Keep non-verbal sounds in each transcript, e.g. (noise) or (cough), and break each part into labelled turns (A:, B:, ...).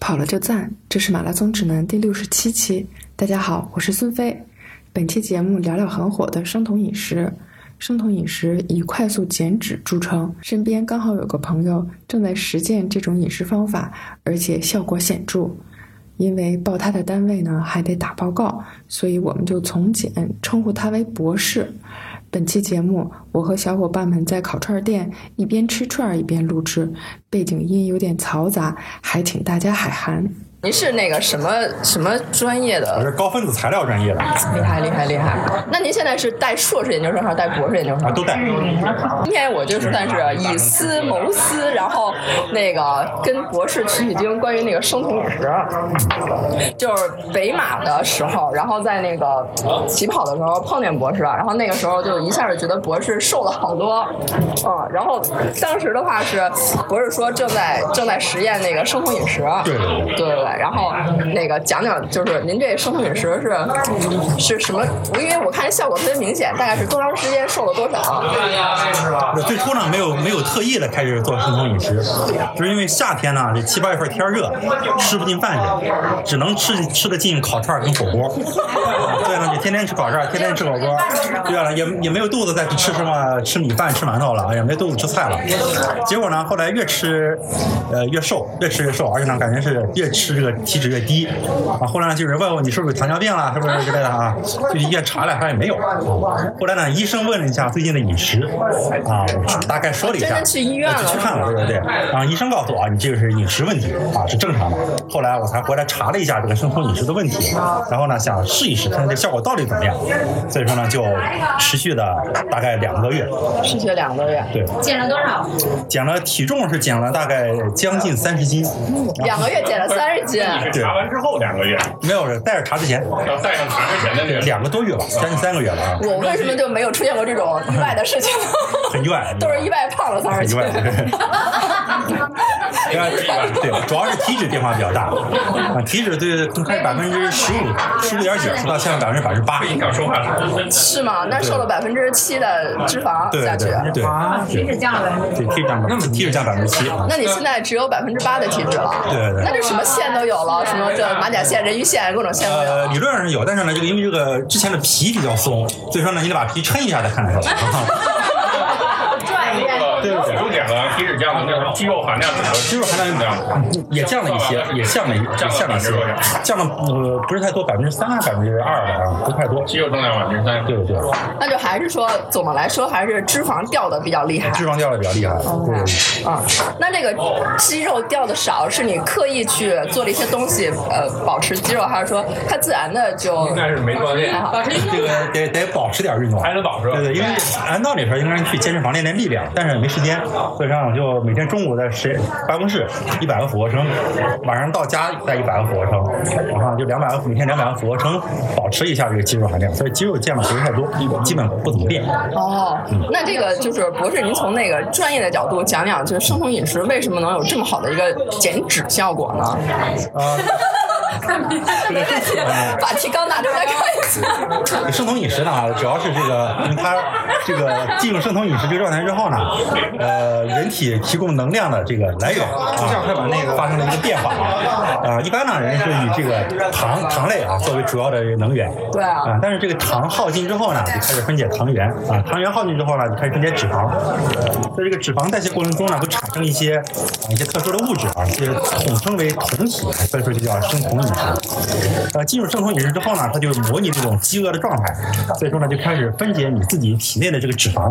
A: 好了就赞，这是马拉松指南第六十七期。大家好，我是孙飞。本期节目聊聊很火的生酮饮食。生酮饮食以快速减脂著称，身边刚好有个朋友正在实践这种饮食方法，而且效果显著。因为报他的单位呢还得打报告，所以我们就从简称呼他为博士。本期节目，我和小伙伴们在烤串店一边吃串儿一边录制，背景音有点嘈杂，还请大家海涵。
B: 您是那个什么什么专业
C: 我
B: 的？
C: 是高分子材料专业的啊，
B: 厉害厉害厉害！那您现在是带硕士研究生还是带博士研究生？
C: 都带。
B: 今天我就算是以私谋私，然后那个跟博士取取经关于那个生酮饮食，就是北马的时候，然后在那个起跑的时候碰见博士了，然后那个时候就一下就觉得博士瘦了好多，嗯，然后当时的话是博士说正在正在实验那个生酮饮食，
C: 对对对
B: 对对对，然后那个讲讲就是您这生酮饮食是是什么？因为我看效果特别明显，大概是多长时间瘦了多少？啊
C: 我啊最初呢，没有没有特意的开始做生酮饮食，就是因为夏天呢，这七八月份天热，吃不进饭去，只能吃吃得进烤串儿跟火锅，所以呢，就天天吃烤串儿，天天吃火锅， (laughs) 对吧？也也没有肚子再去吃什么吃米饭、吃馒头了，也没肚子吃菜了。结果呢，后来越吃，呃，越瘦，越吃越瘦，而且呢，感觉是越吃这个体脂越低。啊，后来呢，就有人问我你是不是有糖尿病了，是不是之类的啊？就医院查了，发现没有。后来呢，医生问了一下最近的饮食，啊，我大概说了一下，
B: 真的去医院了
C: 我去看了，对对对。然后医生告诉我啊，你这个是饮食问题啊，是正常的。后来我才回来查了一下这个生酮饮食的问题，然后呢，想试一试看看这效果到底怎么样。所以说呢，就持续的大概两个月，
B: 持续两个月，
C: 对，
D: 减了多少？
C: 减了体重是减了大概将近三十斤，啊然
B: (laughs) 嗯两
C: 后
B: 个月减了三十斤，
E: 你是查完之后两个月，
C: 没有带着查之前
E: 要带上查之前的那个
C: 两个多月吧，将近三个月了啊。
B: (laughs) 我为什么就没有出现过这种意外的事情？
C: 很意外
B: (laughs) 都是意外胖了三十
C: 很意
B: 斤。
C: 外， (laughs) 对，对，主要是体脂变化比较大，啊，体脂对从开始百分之十五、十六点九，到现在百分之百分之八
E: 不，影响说话是
B: (laughs) 是吗？那瘦了百分之七的脂肪
C: 对
B: 下
C: 对
B: 去，
C: 对对，
D: 体脂降了百分之
C: 对体脂降百分之体脂降百分之七啊，
B: 那你现在只有百分之八的体脂了。
C: 对对对
B: 那这什么线都有了，什么这马甲线、人鱼线，各种线都有
C: 呃，
B: 了。
C: 理论上是有，但是呢，这个因为这个之前的皮比较松，所以说呢，你得把皮抻一下再看得出来。
B: 呃
D: 转一遍。
E: 对体重减了，体脂降了，那肌肉含量怎么？
C: 肌肉含量也降了一些，也降了一，也降了一些，降了呃不是太多，百分之三还是百分之二吧，啊，不太多。
E: 肌肉重量百分之三，
C: 对对，
B: (laughs) 那就还是说，总的来说还是脂肪掉的比较厉害。
C: 脂肪掉的比较厉害。对对对。
B: 啊，那这个肌肉掉的少，是你刻意去做了一些东西，呃，保持肌肉，还是说它自然的就？
E: 应该是没锻炼，
B: 好
C: 这个得得保持点运动，
E: 还能保持
C: 对对，因为按道理说应该去健身房练练力量，但是没时间，所以说我就每天中午在实办公室一百个俯卧撑，晚上到家再一百个俯卧撑，然后就两百个每天两百个俯卧撑，保持一下这个肌肉含量，所以肌肉见了不是太多，基本不怎么变。
B: 哦，那这个就是博士，您从那个专业的角度讲讲，就是生酮饮食为什么能有这么好的一个减脂效果呢？
C: 啊、
B: (laughs) 把提纲拿出来看一下。
C: (laughs) 生酮饮食呢，主要是这个，因为它这个进入生酮饮食这个状态之后呢，呃，人体提供能量的这个来源啊，发生了一个变化啊。啊，一般呢，人是以这个糖糖类啊作为主要的能源。
B: 对啊
C: 啊，但是这个糖耗尽之后呢，就开始分解糖原啊，糖原耗尽之后呢，就开始分解脂肪。在这个脂肪代谢过程中呢，会产生一些啊一些特殊的物质啊，就是统称为酮体，所以说就叫生酮饮食。呃，进入生酮饮食之后呢，它就模拟这种饥饿的状态，所以说呢，就开始分解你自己体内的这个脂肪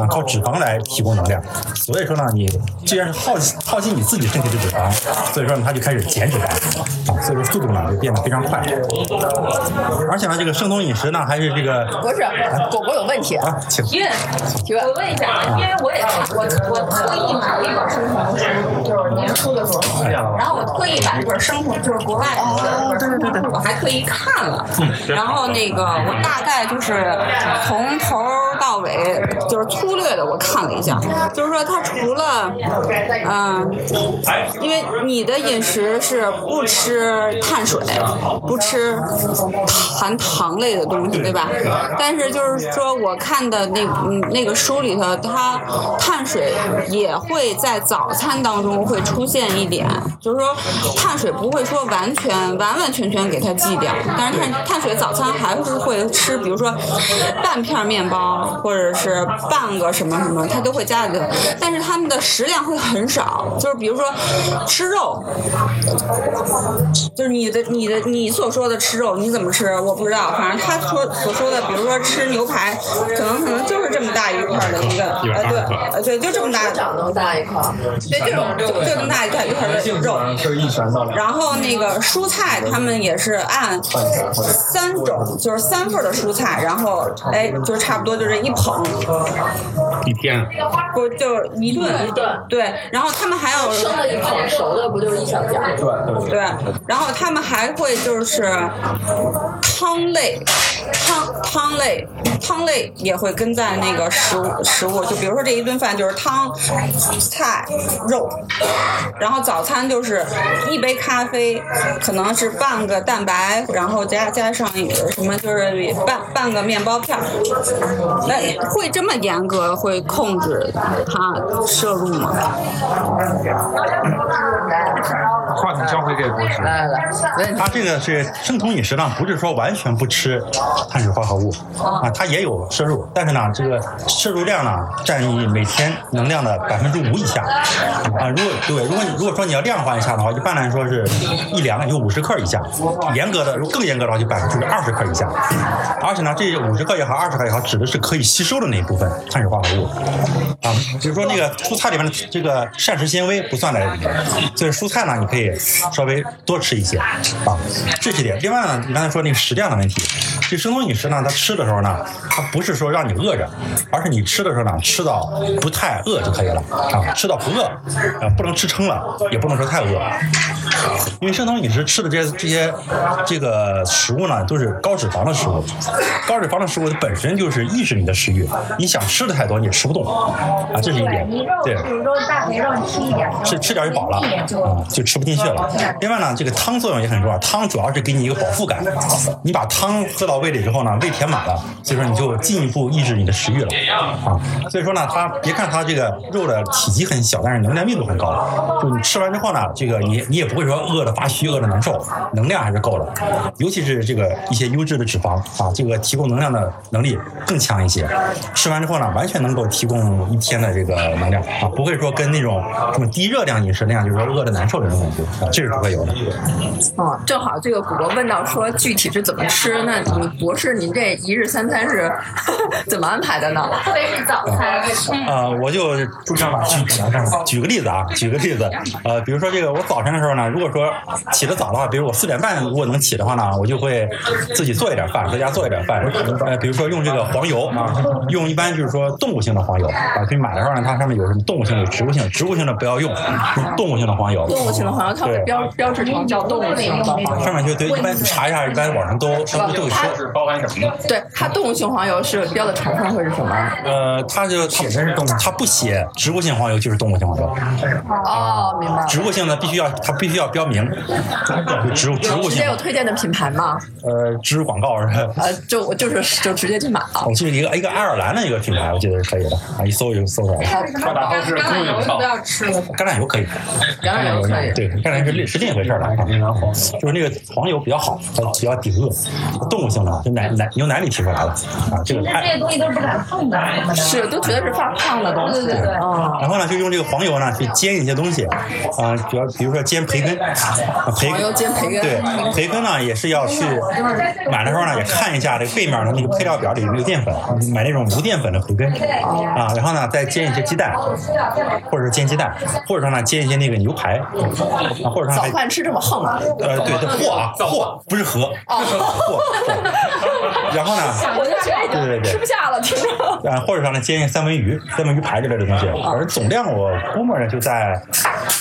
C: 啊，靠脂肪来提供能量。所以说呢，你既然是耗尽耗尽你自己身体的脂肪，所以说呢，它就开始减脂肪啊，所以说速度呢就变得非常快。而且呢，这个生酮饮食呢，还是这个
B: 博士，果果有问题，
C: 啊，请
D: 因为
B: 提问
D: 我呃问一下，啊因为我也我我特意买了一本生酮书，就是年初的时候，然后我特意买一本生酮，就是国外的一本生
C: 哦
D: 酮书，我还特意看了。然后那个我大概就是从头
F: 到尾，就是粗略的我看了一下，就是说它除了，嗯、因为你的饮食是不吃碳水，不吃含糖类的东西，对吧？但是就是说我看的那嗯那个书里头，它碳水也会在早餐当中会出现一点，就是说碳水不会说完全完完全全给它忌掉，但是碳碳水早餐还是会吃，比如说半片面包或者是半个什么什么，它都会加里头，但是它们的食量会很少，就是比如说吃肉，就是你的、你的、你所说的吃肉，你怎么吃？我不知道，反正他说所说的，比如说吃牛排，可能可能就是这么大一块儿的一个，呃，对，呃，对，就这么大，
B: 长那么大一块儿，
F: 对，就这么就就这么大一块一块的肉。
G: 是一拳到两，
F: 然后那个蔬菜，他们也是按三种，就是三份儿的蔬菜，然后哎，就差不多就这一捧，
C: 一天
F: 不就一顿一顿，对。然后他们还有
B: 生的一捧，熟的不就是一小夹？
G: 对对
F: 对，然后他们还会就是汤类，汤汤类，汤类也会跟在那个食物食物，就比如说这一顿饭就是汤、菜、肉，然后早餐就是一杯咖啡，可能是半个蛋白，然后加加上一个什么就是半半个面包片儿，那会这么严格会控制它摄入吗？
H: 话筒交回给博士。
B: 来来来，
C: 啊它这个是生酮饮食呢，不是说完全不吃碳水化合物啊，它也有摄入，但是呢，这个摄入量呢占于每天能量的百分之五以下啊。如果对，如果你如果说你要量化一下的话，一般来说是一两也就五十克以下，严格的如果更严格的话就百分之二十克以下。而且呢，这五十克也好，二十克也好，指的是可以吸收的那一部分碳水化合物啊。比如说那个蔬菜里面的这个膳食纤维不算在里面，所以蔬菜呢你可以稍微多吃一些啊，这是一点。另外呢，你刚才说那个食量的问题，这生酮饮食呢，它吃的时候呢，它不是说让你饿着，而是你吃的时候呢，吃到不太饿就可以了啊，吃到不饿啊，不能吃撑了，也不能说太饿，因为生酮饮食吃的这些这些这个食物呢，都是高脂肪的食物，高脂肪的食物它本身就是抑制你的食欲，你想吃的太多你也吃不动啊，这是一点
D: 你肉，
C: 对。
D: 比如说大肥肉，你吃一点就
C: 吃吃点就饱了，
D: 一点就
C: 啊，就吃不进去了。另外呢，这个汤作用也很重要，汤主要是给你一个饱腹感。你把汤喝到胃里之后呢，胃填满了，所以说你就进一步抑制你的食欲了啊。所以说呢，它别看它这个肉的体积很小，但是能量密度很高。就你吃完之后呢，这个你你也不会说饿的发虚、饿的难受，能量还是够的。尤其是这个一些优质的脂肪啊，这个提供能量的能力更强一些。吃完之后呢，完全能够提供一天的这个能量啊，不会说跟那种什么低热量饮食那样，就是说饿的难受这种感觉啊，这是不会有的。
B: 嗯，正好这个古博问到说具体是怎么吃，那你博士您这一日三餐是 (laughs) 怎么安排的呢？
D: 特别是早餐，
C: 啊，我就啊举举个例子啊，举个例子，呃，比如说这个我早晨的时候呢，如果说起得早的话，比如我四点半如果能起的话呢，我就会自己做一点饭，在家做一点饭，呃，比如说用这个黄油啊，用一般就是说动物性的黄油啊，可以买的话呢，它上面有什么动物性、有植物性，植物性的不要用，用动物性的黄油。
B: 动物性的黄油，它会
C: 对
B: 标标志成叫动物性的黄油。
C: 上面就对，一般查一下，一般网上都都都有说。
E: 是包含什么呢？
B: 对它动物性黄油是标的成分会是什么？
C: 呃，它就它是动物，它不写植物性黄油就是动物性黄油，
B: 哦，明白了。
C: 植物性的必须要它必须要标明，就植物植
B: 有
C: 物
B: 直
C: 性
B: 接有推荐的品牌吗？
C: 呃植入广告是吧。
B: 呃，就我就是就直接去买啊了。
C: 我记得一个一个爱尔兰的一个品牌，我记得是可以的啊，一搜就搜出来了。
E: 它打都是公有
F: 不
E: 的，
F: 要吃了，
C: 橄榄油可以，
B: 橄榄油可以
C: 对，橄榄油是另是另一回事儿了啊，就是那个黄油比较好，它比较抵饿，动物性的，就奶奶牛奶里提出来的啊，这个
D: 其实
C: 爱
D: 这些东西都是不敢碰的。
B: 是都觉得是发胖的东西。对对对。嗯，
C: 然后呢，就用这个黄油呢去煎一些东西，啊、主要比如说煎培根，啊培
B: 黄油煎培根。
C: 对，培根呢也是要去买的时候呢，也看一下这个背面的那个配料表里有没有淀粉，买那种无淀粉的培根啊，然后呢再煎一些鸡蛋，或者说煎鸡蛋，或者说呢煎一些那个牛排，啊，或者说
B: 早
C: 还
B: 饭吃这么横啊？
C: 呃对，这货啊货不是和
B: 哦
C: (laughs) 货，货然后呢。
B: 我就觉得已
C: 对对
B: 经
C: 对
B: 吃不下了，听着。
C: 啊，或者上呢煎一三文鱼、三啊文鱼排之类的东西，反正总量我估摸着就在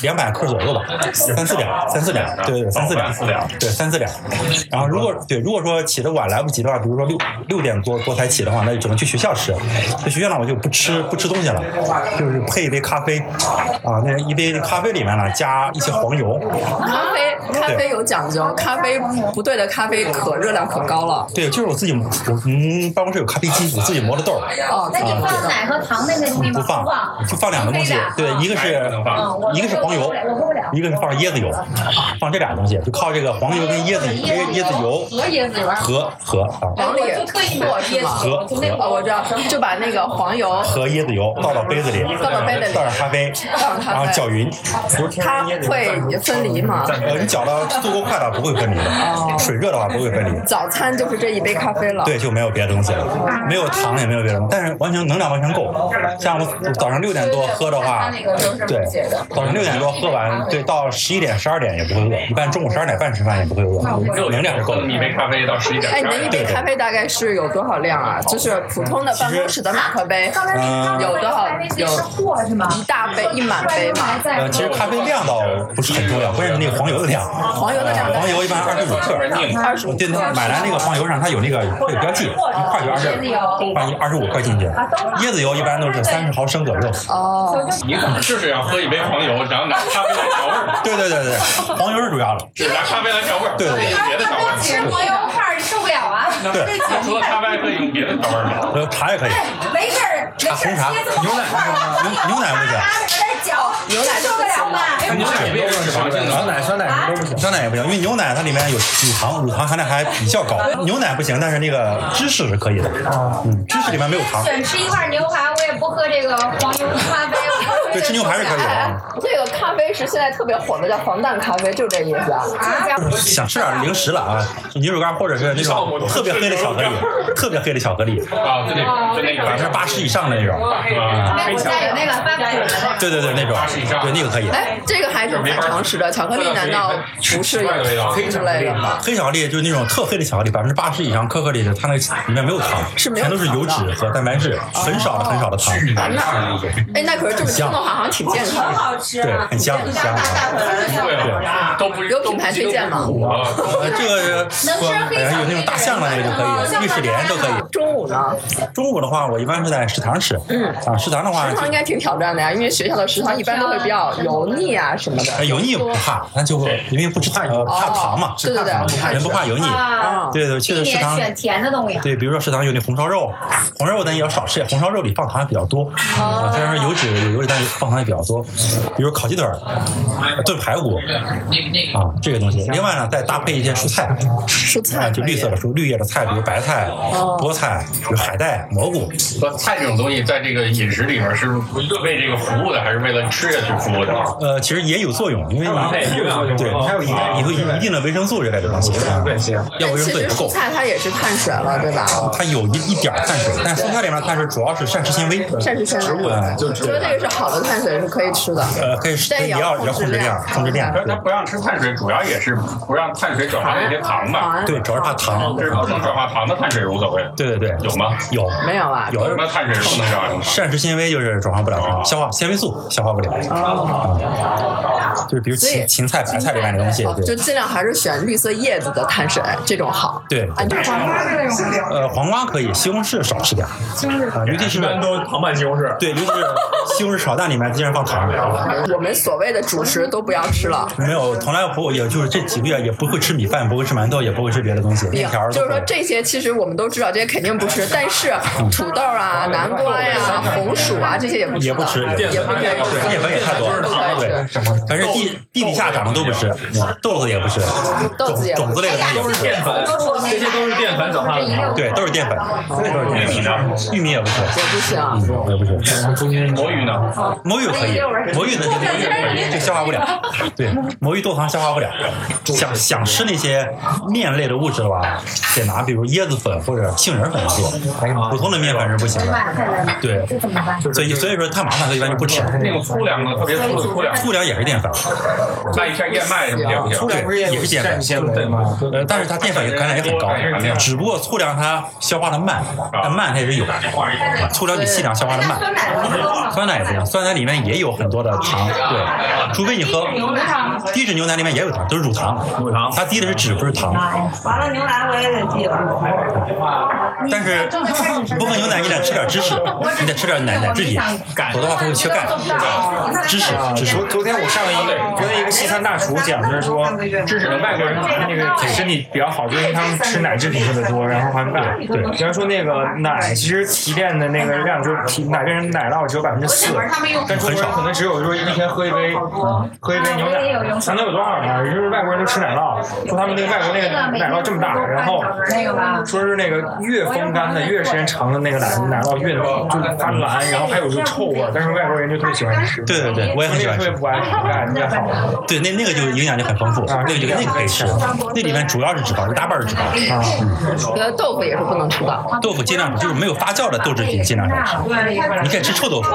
C: 两百克左右吧，三四百两，三四两，对对对，三四两，对三四两。然后如果对如果说起的晚来不及的话，比如说六六点多多才起的话，那就只能去学校吃。在学校呢，我就不吃不吃东西了，就是配一杯咖啡，啊，那一杯咖啡里面呢加一些黄油，
B: 咖啡咖啡有讲究，咖啡不对的咖啡可热量可高了。
C: 对，就是我自己，我们办公室有咖啡机，我自己磨的豆儿。
B: 哦，
D: 那你
C: 啊
D: 放奶和糖那个地
C: 不放
D: 方嗯放，，
C: 就放两个东西
D: 黑的，
C: 对，一个是
D: 嗯我
C: 一个是黄油嗯
D: 我受不了，
C: 一个是放椰子油，放这俩东西，就靠这个黄油跟椰子椰椰子油
D: 和椰子油啊，
C: 和和啊
B: 往里
D: 我就特意买
B: 和是吗
C: 和
D: 椰子，就那
B: 哦，
D: 个
B: 我知道，就把那个黄油
C: 和椰子油倒到杯子里，
B: 倒到杯子里
C: 倒点咖啡，
B: 倒点咖啡
C: 然后啊搅匀。
B: 它会分离吗？
C: 呃，你搅到足够快的话不会分离的，水热的话不会分离。
B: 早餐就是这一杯咖啡了。
C: 对，就没有别的东西了，没有糖也没有别的，东西，但是完全能量完全够。像我们早上六点多喝的话，对，早上六点多喝完，对，到十一点十二点也不会饿，一般中午十二点半吃饭也不会饿，能量是够的。
E: 一杯咖啡到十一点。
B: 哎，你们一杯咖啡大概是有多少量啊？就是普通的办公室的马克杯，
C: 嗯
B: 有多少有
D: 货是吗？
B: 一大杯一满杯嘛？
C: 呃，其实咖啡量倒不是很重要，关键是那个黄油的量。啊呃
B: 黄油的量
C: 黄油一般二十五克，
B: 二十
C: 我
B: 五
C: 记得买来那个黄油上它有那个会有标记，一块就二十，换一二十五块进去。椰子油一般都是三十毫升左右。
B: 哦，
E: 你可能就是要喝一杯黄油，然后拿咖啡来调味儿，
C: 对对对对，黄油是主要的。
E: 就是拿咖啡来调味儿，
C: 对对对
E: 用别的调味儿。
D: 吃黄油块受不了啊！
C: 对，
E: 那除了咖啡还可以用别的调味儿吗？
C: 呃，茶也可以，
D: 没事儿，没事
C: 茶
D: 儿，
C: 红茶、
D: 椰子黄块儿，
C: 牛牛奶不行。
D: 拿着来搅，
B: 牛奶就
D: 受不
B: 不行
D: 了啊
B: 了
D: 吧？
E: 哎牛奶也是脂肪性的，
G: 奶、酸奶都不行。
C: 酸奶也不行，因为牛奶它里面有乳糖，乳糖含量还比较高。牛奶不行，但是那个芝士是可以的。嗯，芝士里面没有糖，
D: 选吃一块牛排，我也不喝这个黄油咖啡。
C: 对，吃牛 (laughs) 排是可以的。
B: 哎
C: 啊。，
B: 这个咖啡是现在特别火的，叫黄蛋咖啡，就这意思啊。
C: 想吃点零食了啊，牛肉干或者是那种特别黑的巧克力，特别黑的巧克力，
E: 啊，就那个就那
C: 百分之
E: 个
C: 八十以上的那种。啊，
B: 哎
D: 我家有那个发布的，
C: 对对对，那种
E: 80以，上
C: 对那个可以。
B: 哎，这个还挺反常识的，巧克力难道不是有糖之类的吗？
C: 黑巧克力就是那种特黑的巧克力，百分之八十以上可可里的，它那个里面没有糖，
B: 是没有哦
C: 全都是油脂和蛋白质，很少的很少的糖。
E: 那
B: 哎，那可是这么听的话，好像挺健康的。
D: 好吃
B: 啊
C: 对，
D: 啊
C: 很香很香。
E: 对啊，都不
B: 有品牌推荐吗？
E: 啊，
C: 呃，这个我
D: 黑巧克力
C: 哎呀有那种大象的那个就可以，
D: 哦
C: 瑞士莲都可以。
B: 中午呢，
C: 中午的话，我一般是在食堂吃。嗯啊，食堂的话
B: 食，堂应该挺挑战的呀，因为学校的食堂一般都会比较油腻啊什么的。
C: 哎油腻不怕，那就因为不吃呃怕糖嘛，
B: 对对对不怕
C: 人不怕油腻。
D: 啊！
C: 对对，去
D: 避
C: 的食
D: 免
C: 堂。
D: 选甜的东西。
C: 对，比如说食堂有那红烧肉，红烧肉咱也要少吃，红烧肉里放糖还比较多，
B: 哦
C: 啊，虽然说油脂有油脂，但是放糖也比较多。比如烤鸡腿儿、炖排骨啊，这个东西。另外呢，再搭配一些蔬菜，
B: 蔬
C: 啊，
B: 菜哦
C: 就绿色的蔬绿叶的菜，比如白菜、菠菜、有海带、蘑菇，
E: 和菜这种东西，在这个饮食里面是为这个服务的，还是为了吃下去服务的？
C: 呃，其实也有作用，因为你对，
G: 还有一定
C: 你会有一定的维生素这类的东西，啊要不维
B: 但哎
C: 生
B: 其
C: 素也
B: 实
C: 不
B: 蔬
C: 够。
B: 菜它也是碳水了，对吧？
C: 它有一一点儿碳水，但是蔬菜里面的碳水主要是膳食纤维，
B: 膳食纤维，
C: 哎
B: 就说这个是好的碳水是可以吃的。
C: 呃，可以是
B: 但
C: 也
B: 也
C: 要也要控制量，控制量。
E: 但他不让吃碳水，主要也是不让碳水转化那些糖
B: 啊
E: 吧？
C: 对，主要是怕糖。
E: 就是不能转化糖的碳水无所谓。
C: 对对对，
E: 有吗？
C: 有
B: 没有啊？
C: 有
E: 什么
C: 的
E: 碳水是不能转化的吗？
C: 膳食纤维就是转化不了
G: 哦
C: 糖，消化纤维素消化不了。嗯就是比如
B: 哦所以
C: 芹芹菜、白菜里面的东西，
B: 哦就
C: 对
B: 尽量还是选绿色叶子的碳水，这种好。
C: 对。
B: 啊，这种
C: 呃，黄瓜可以，西红柿少吃点儿。啊，尤其是
G: 都糖拌西红柿。
C: 对，尤其是西红柿炒蛋里面竟然放糖。
B: 我们所谓的主食都不要吃了。
C: 没有，从来不，也就是这几个月也不会吃米饭，不会吃馒头，也不会吃别的东西，面条儿都
B: 就是
C: 不
B: 说
C: 会。
B: 这些其实我们都知道，这些肯定不吃，但是土豆啊、南瓜呀、红薯啊这些也不吃
C: 也
B: 的，
C: 不吃，
B: 也不该吃
C: 哦对，淀粉也太多了，啊对，反正地地底下长的都不吃，豆子也不吃，
B: 豆子也不
C: 种子类
D: 哎
C: 的东西也不吃，
G: 淀粉，这些都是淀粉转化的糖。
C: 对，都是淀粉，都是淀粉，玉米也啊不吃，
B: 不行。
C: 我也不吃，
E: 魔芋呢？
C: 魔芋可以，魔芋的就就消化不 (laughs) 了，对，魔芋豆糖消化不了，想想吃那些面类的物质的话，得拿比如椰子粉或者杏仁粉来做，普通的面粉是不行的，对，所以所以说太麻烦，所以一般就不吃。
E: 那种粗粮呢，特别粗的粗粮，
C: 粗粮也是淀粉，
E: 那一下燕麦什么也不行。
C: 对，也是淀粉，
G: 对吗？
C: 呃，但是它淀粉感染也很高，嗯只不过粗粮它消化的慢，
G: 啊
C: 但慢它也是有，粗粮比细粮消化的慢。酸奶也是这样，酸奶里面也有很多的糖，对，除非你喝低脂牛奶里面也有糖，都是乳糖，
G: 乳糖
C: 它低的是脂不是糖，
D: 完了牛奶我也得记了。
C: 但是不喝牛奶你得吃点芝士，你得吃点奶奶制品，否则的话它会缺钙。
D: 哎
C: 芝士，
G: 啊
C: 芝士
I: 昨昨天我上一个，昨天一个西餐大厨讲，就是说，
G: 知识的外国人那个身体比较好，就是因为他们吃奶制品吃的多，然后还钙。对，比方说那个奶，其实提炼的那个量就是提奶变成奶酪只有百分之四，但中国人可能只有说一天喝一杯，
D: 嗯
G: 喝一杯
C: 啊
G: 牛奶，咱能有多少呢？也就是外国人都吃奶酪，说他们那个外国那个奶酪这么大，然后说是那个越风干的越时间长的那个奶奶酪越
J: 嗯
G: 就发
C: 嗯
G: 蓝，然后还有就臭味儿，但是外国人就特别喜欢吃。
C: 对对对，我也很喜欢
G: 特别
C: 吃。(laughs)
G: 不爱吃钙，那好。
C: 对，那那个就营养就很丰富，啊
G: 啊
C: 那个就那个可以吃，啊那里面主要是脂肪，大半是脂肪。
G: 啊
B: 呃，豆腐也是不能吃的。
C: 豆腐尽量就是没有发酵的豆制品尽量少吃，你可以吃臭豆腐，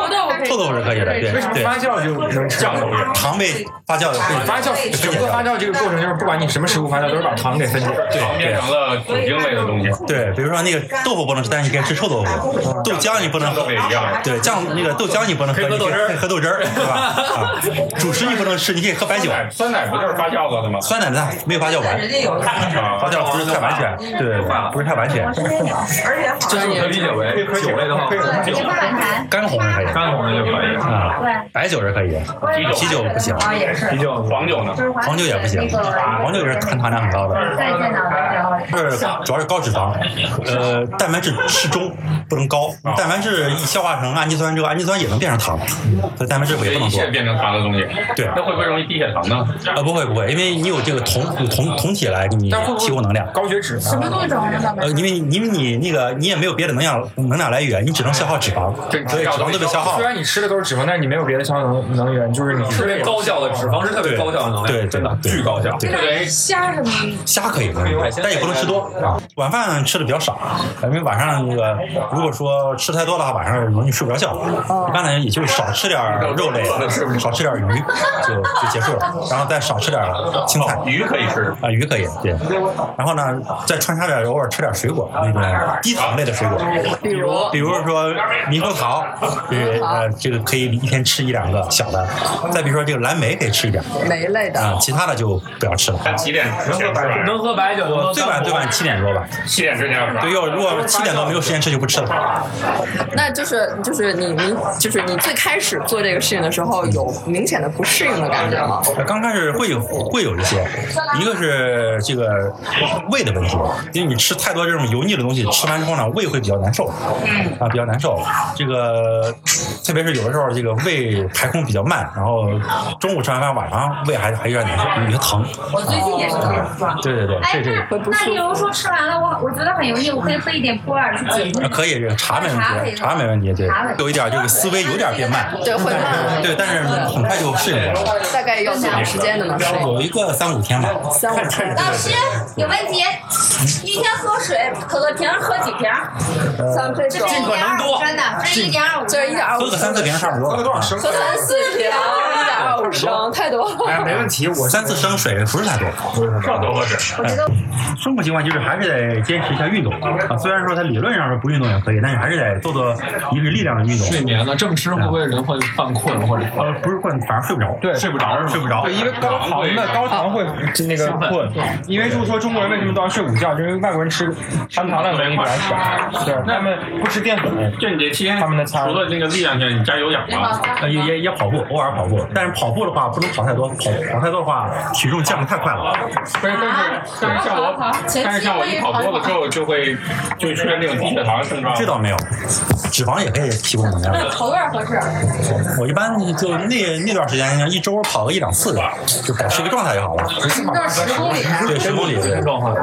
C: 臭豆腐是可以的，对
G: 为什么
C: 对
G: 发。酵就能吃酱油？
C: 糖被发酵的会
G: 发酵整个发酵这个过程，就是不管你什么食物发酵，都是把糖给分解。
E: 糖变成了酒精类的东西，
C: 对，比如说那个豆腐不能吃，但是你可以吃臭哎豆腐，豆浆你不能喝
E: 都。也一样。
C: 对，酱那个豆浆你不能喝，你可以可以喝豆汁儿，对吧？ (laughs) 啊，主食你不能吃，你可以喝白酒。
E: 奶哎酸奶不就是发酵了的吗？啊
C: 酸奶呢，没有发酵完，
E: 发
F: 哎
C: 发酵不是太完全，对对，对不是太完全。
E: 这就可以理解为酒类的话，红酒、
C: 干红是可以的，啊
E: 干红的就可以。
C: 嗯白酒是可以的，啤酒不行，
H: 啊
G: 啤酒
E: 黄酒呢？
C: 黄酒也不行，黄酒也是含糖量很高的。是主要是高脂肪，呃，蛋白质适中，不能高。蛋白质一消化成氨基酸之后，氨基酸也能变成糖，所以蛋白质也
E: 这
C: 不
E: 一
C: 能多
E: 切。变成糖的东西，
C: 对
E: 那会不会容易低血糖呢？
C: 呃，不会不会，因为你有这个酮酮酮体来给你提供能量。
G: 高血脂呢？
C: 呃，因为因为你那个你也没有别的能量能量来源，你只能消耗脂肪，
E: 对
C: 所以脂肪都被消耗
G: 虽。然你吃的都是脂肪，但是你没有别的消耗能能源，就是你吃
J: 特
G: 的
J: 别
G: 也
J: 高效的脂肪是特别
C: 对
J: 高效的能量，
C: 对
J: 真的
C: 对
J: 巨高效。
C: 对
E: 就等于
C: 虾可以，但也不能吃多啊。晚饭吃的比较少，啊因为晚上那个如果说吃太多的话，晚上容易睡不着觉。一般呢，也就少吃点 (laughs) 肉类，少吃点鱼，就就结束了。然后再少吃点青菜
E: 鱼可以吃，
C: 啊，鱼可以对。然后呢，再穿插点偶尔吃点水果，那种低糖类的水果，
B: 比如
C: 比如说猕猴桃，就是呃这个可以一天吃一两个小的。再比如说这个蓝莓可以吃一点
B: 梅类的，
C: 啊，其他的就不要吃了。
E: 看几点之前吃完，
J: 能喝白酒，能喝
C: 最晚最晚七点多吧。
E: 七点之前吃完
C: 对，要如果七点多没有时间吃就不吃了。
B: 那就是就是你你就是你最开始做这个事情的时候有明显的不适应的感觉吗？
C: 呃刚开始会有会有一些，一个是这个胃的问题，因为你吃太多这种油腻的东西，吃完之后呢，胃会比较难受，
D: 嗯
C: 啊，比较难受。这个特别是有的时候，这个胃排空比较慢，然后中午吃完饭，晚上胃还还有点难受，有些疼。啊
D: 我最近也是这么说。
C: 对对对，
H: 哎
C: 这，这个
H: 那那例如说吃完了，我我觉得很油腻，我可以喝一点普洱去解
C: 啊
H: 解。
C: 可以，这个茶没问题，茶没问题。对，有一点这个呃思维有点变慢，
B: 对，会慢，
C: 对，但是很快就适应过来了，
B: 大概要多长时间的呢？
C: 有一个三五天吧。
B: 三五天。
D: 老师有问题，一天喝水可乐瓶喝几瓶？
B: 像这种
D: 一点二五升的，这是一点二五，
B: 这是一点二
C: 喝
B: 五
C: 个三四瓶差不多，喝多少升？
B: 喝三四瓶，一点二五升，太多了。
G: 哎，没问题，我
C: 三四升水不是太多，
E: 上多喝水，
C: 生活习惯就是还是得坚持一下运动啊。虽然说它理论上是不运动也可以，但是还是得做做一日力量的运动。啊
J: 睡眠呢，这么吃会不会人会犯困或者
C: 呃，不是困，反而睡不着。
G: 对
C: 睡不着，睡不着。
G: 对，因为高糖的高糖会就那个困，因为就是说中国人为什么都要睡午觉，就是因为外国人吃含糖量的东西比较
J: 啊
G: 少，对，他们不吃淀粉，
E: 这你这期
G: 他们的餐
E: 除了那个力量圈，你加有氧吗？
C: 呃也也也跑步，偶尔跑步，但是跑步的话不能跑太多，跑跑太多的话体重降得太快了。
E: 不是，但是但是像我，但是像我一跑多了之后，就会就会出现这种低血糖的症状。
C: 这倒没有，脂肪也可以提供能量。
D: 头多少合适？
C: 我一般就那那段时间，一周跑个一两次吧，就保持一个状态就好了。
B: 那是十公里，
C: 对，十公里。对
J: 状况？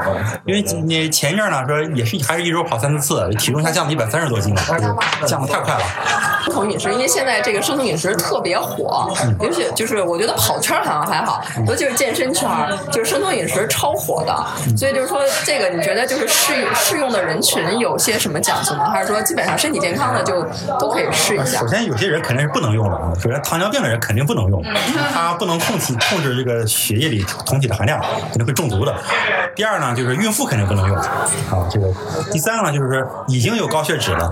C: 因为你前一阵儿呢说也是还是一周跑三四次，体重下降了一百三十多斤了，就是降的太快了。嗯
B: 生酮饮食，因为现在这个生酮饮食特别火，尤其其就是我觉得跑圈儿好像还好，尤其是健身圈儿，就是生酮饮食超火
C: 嗯
B: 的。所以就是说，这个你觉得就是适适用的人群有些什么讲究吗？还是说基本上身体健康的就都可以试一下
C: 首？先，有些人肯定是不能用的啊，首先糖尿病的人肯定不能用，他不能控体控制这个血液里酮体的含量，肯定会中毒的。第二呢，就是孕妇肯定不能用啊，这个。第三个呢，就是说已经有高血脂了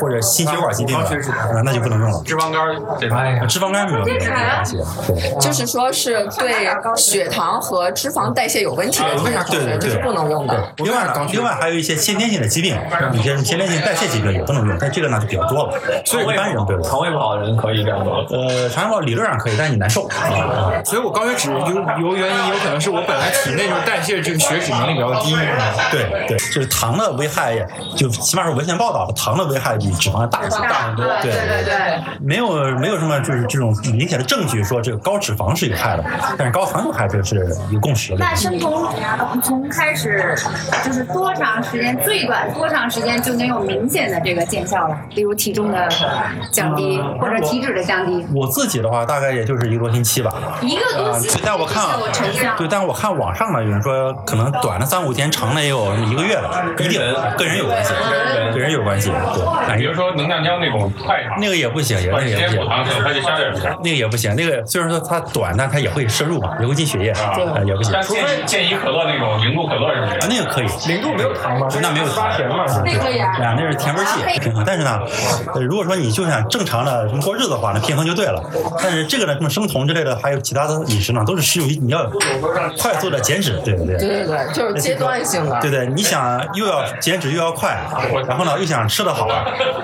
C: 或者心血管疾病了，啊，那就不能用了。啊
E: 脂肪肝这方
C: 脂肪肝没有没有关系，对。
B: 就是说是对血糖和脂肪代谢有问题的这些同
C: 对对
B: 学，就
C: 对，
B: 是不能用的。
C: 对另外呢，另外还有一些先天性的疾病，有些先天性代谢疾病也不能用，但这个呢就比较多了。所以一般人对肠胃不好的人可以这样做。呃，肠胃不好理论上可以，但是你难受。 (laughs)
G: 所以我高血脂有有原因，有可能是我本来体内就代谢这个血脂能力比较低。
C: 对对，就是糖的危害，就起码是文献报道，糖的危害比脂肪要大
I: 大很多
C: 对
I: 对对对
C: 没有没有什么就是这种明显的证据说这个高脂肪是有害的，但是高糖有害这个是有共识的。
H: 那生酮呃从开始就是多长时间，最短多长时间就能有明显的这个见效了？比如体重的降低
D: 嗯
H: 或者体脂的降低。
C: 我自己的话，大概也就是一个多星期吧。
D: 嗯
H: 一个多星期
C: 啊但我看
H: 就有成效
C: 对，但我看网上呢，有人说可能短的三五天，长的也有一个月的，一定跟人有关系，跟人有关系。对，比如
E: 说能量胶那种快
C: 那个也不行，也那个也不
E: 时间
C: 行
E: 不长可能它就消减不了，
C: 那个也不行。那个虽然说它短，但它也会摄入嘛，也会进血液，啊也不行。
E: 但建议建议可乐那种零度可乐是不是？
C: 啊，那个可以，零度没有糖吗？那没有糖，甜嘛
E: 那可以啊
C: 啊，那是甜味剂，平衡。但是呢，呃如果说你就想正常的过日子的话，那平衡就对了。但是这个呢，什么生酮之类的，还有其他的饮食呢，都是适用于你要快速的减脂，对不对？
B: 对对对，就是阶段性的。
C: 对对，你想又要减脂又要快，然后呢又想吃得好，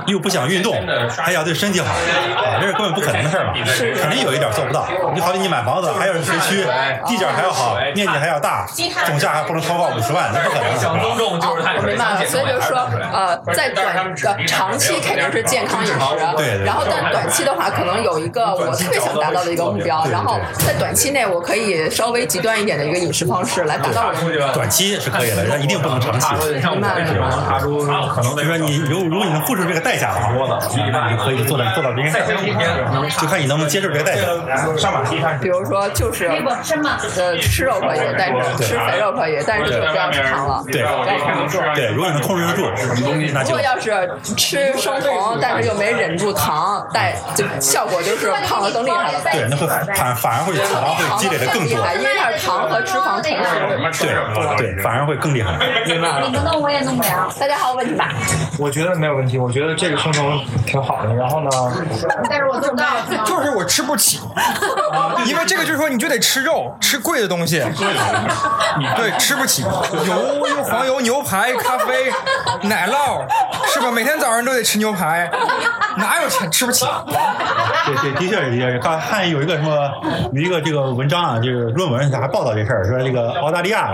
C: 又不想运动，还想对身体好，啊，这是根本不可能的事儿嘛，肯定有一点做不到。你好比你买房子，还要是学区，地点还要好，面积还要大，总价还不能超过五十万，那不可能。
J: 想增
C: (laughs)
J: 重就是碳
B: 我
J: 水，
B: 哦明白
J: 想
B: 了，
J: 减
B: 所
J: 重
B: 以
J: 也
B: 就是说
J: 碳水，
B: 呃，在短的长期肯定是健康饮食，
J: 对对
B: 然后但短期的话，可能有一个我特别想达到的一个目标，
C: 对对对
B: 然后在短期内我可以稍微极端一点的一个饮食方式来达到我的目标。
C: 短期是可以的，但一定不能长期。
B: 明白
C: 查出可能，就说你如如果你能付出这个代价的话，那你可以做到做到这件事儿，就看你能不能接受这个代价。上马踢
B: 比如说，就是呃，吃肉可以，但是吃肥肉可以，但是就不要吃糖了。
C: 对
E: 啊
C: 对，如果你能控制得住，那
B: 如
C: 就
B: 果要是吃生酮，但是又没忍住糖，但就效果就是胖的更厉害了。
C: 对，那会反反而会糖会积累的更
B: 厉
C: 多，
B: 害，因为它是糖和脂肪同
E: 啊
B: 时。
C: 对对，反而会更厉害。
G: 明
D: 啊
G: 白了。
B: 弄我也弄不了。大家好，问题吧。
G: 我觉得没有问题，我觉得这个生酮挺好的。然后呢，
H: 但是我做不到，
G: 就是我吃不 (laughs) 起，因为这个就是说你就得吃肉，吃贵的东西，对，吃不起油又黄油、牛排、咖啡、奶酪，是吧？每天早上都得吃牛排，哪有钱吃不起？
C: 对对，的确是的确是。刚看有一个什么，有一个这个文章啊，这个论文还报道这事儿，说这个澳大利亚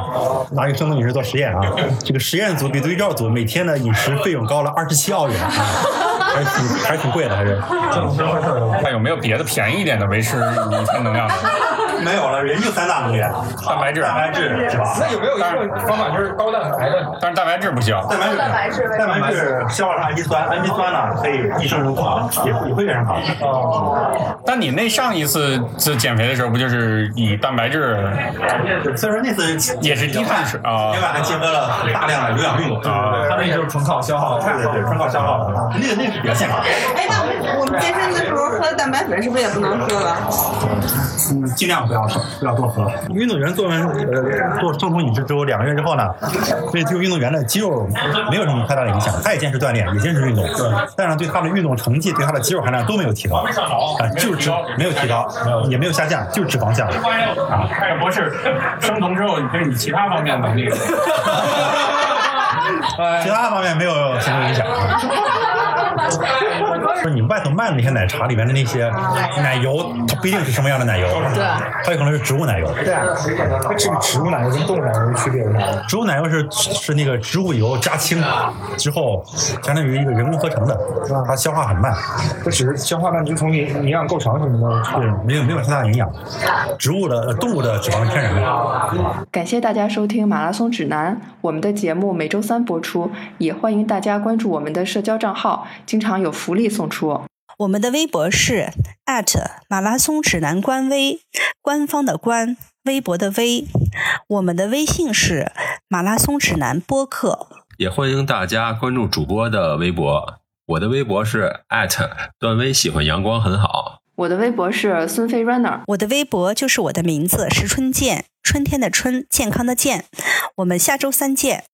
C: 拿这个生酮饮食做实验啊，这个实验组比对照组每天的饮食费用高了二十七澳元，啊还是挺还是挺贵的，还是。
E: 看有没有别的便宜一点的维持你一天能
G: (laughs)
E: 量的？
C: (laughs) 没有了，人就三大能源：
E: 蛋白质、蛋白质
G: 那有没有一种方法就是高蛋白的？
E: 但是蛋白质不行，
C: 蛋白质，蛋白质消化上氨基酸，氨基酸呢可以益生元糖，也也会变成糖。
E: 但你那上一次就减肥的时候，不就是以蛋白质？
C: 所以说那次
E: 也是低碳水啊，
C: 另外还结合了大量的有氧运动
E: 啊，
G: 他那就是纯靠消耗，
C: 对对对，纯靠消耗，那个那个是比较健康的。
F: 哎，那我我们健身的时候喝蛋白粉是不是也不能喝了？
C: 嗯，尽量不要喝，不要多喝。运动员做完呃做生酮饮食之后，两个月之后呢，对这个运动员的肌肉没有什么太大的影响，他也坚持锻炼，也坚持运动，但是对他的运动成绩、对他的肌肉含量都没有提高，啊，就是脂没有提高，也没有下降，就是脂肪降了。
E: 啊，不是生酮之后，就是你其他方面能力。
C: (laughs) 其他方面没有什么影响。说你外头卖的那些奶茶里面的那些奶油，它不一定是什么样的奶油，
G: 对
C: 它有可能是植物奶油。
G: 对啊，这个植物奶油跟动物奶油的区别是啥？
C: 植物奶油是是那个植物油加氢之后，相当于一个人工合成的，它消化很慢。
G: 它只是消化慢，就从营营养构成什么的。
C: 对，没有没有太大营养。植物的、呃动物的脂肪是天然的。
A: 感谢大家收听《马拉松指南》，我们的节目每周三播出，也欢迎大家关注我们的社交账号，经常有福利送出哦。
K: 我们的微博是马拉松指南官微，官方的官，微博的微。我们的微信是马拉松指南播客。
E: 也欢迎大家关注主播的微博，我的微博是段威喜欢阳光很好。
L: 我的微博是孙飞 runner，
K: 我的微博就是我的名字石春健，春天的春，健康的健。我们下周三见。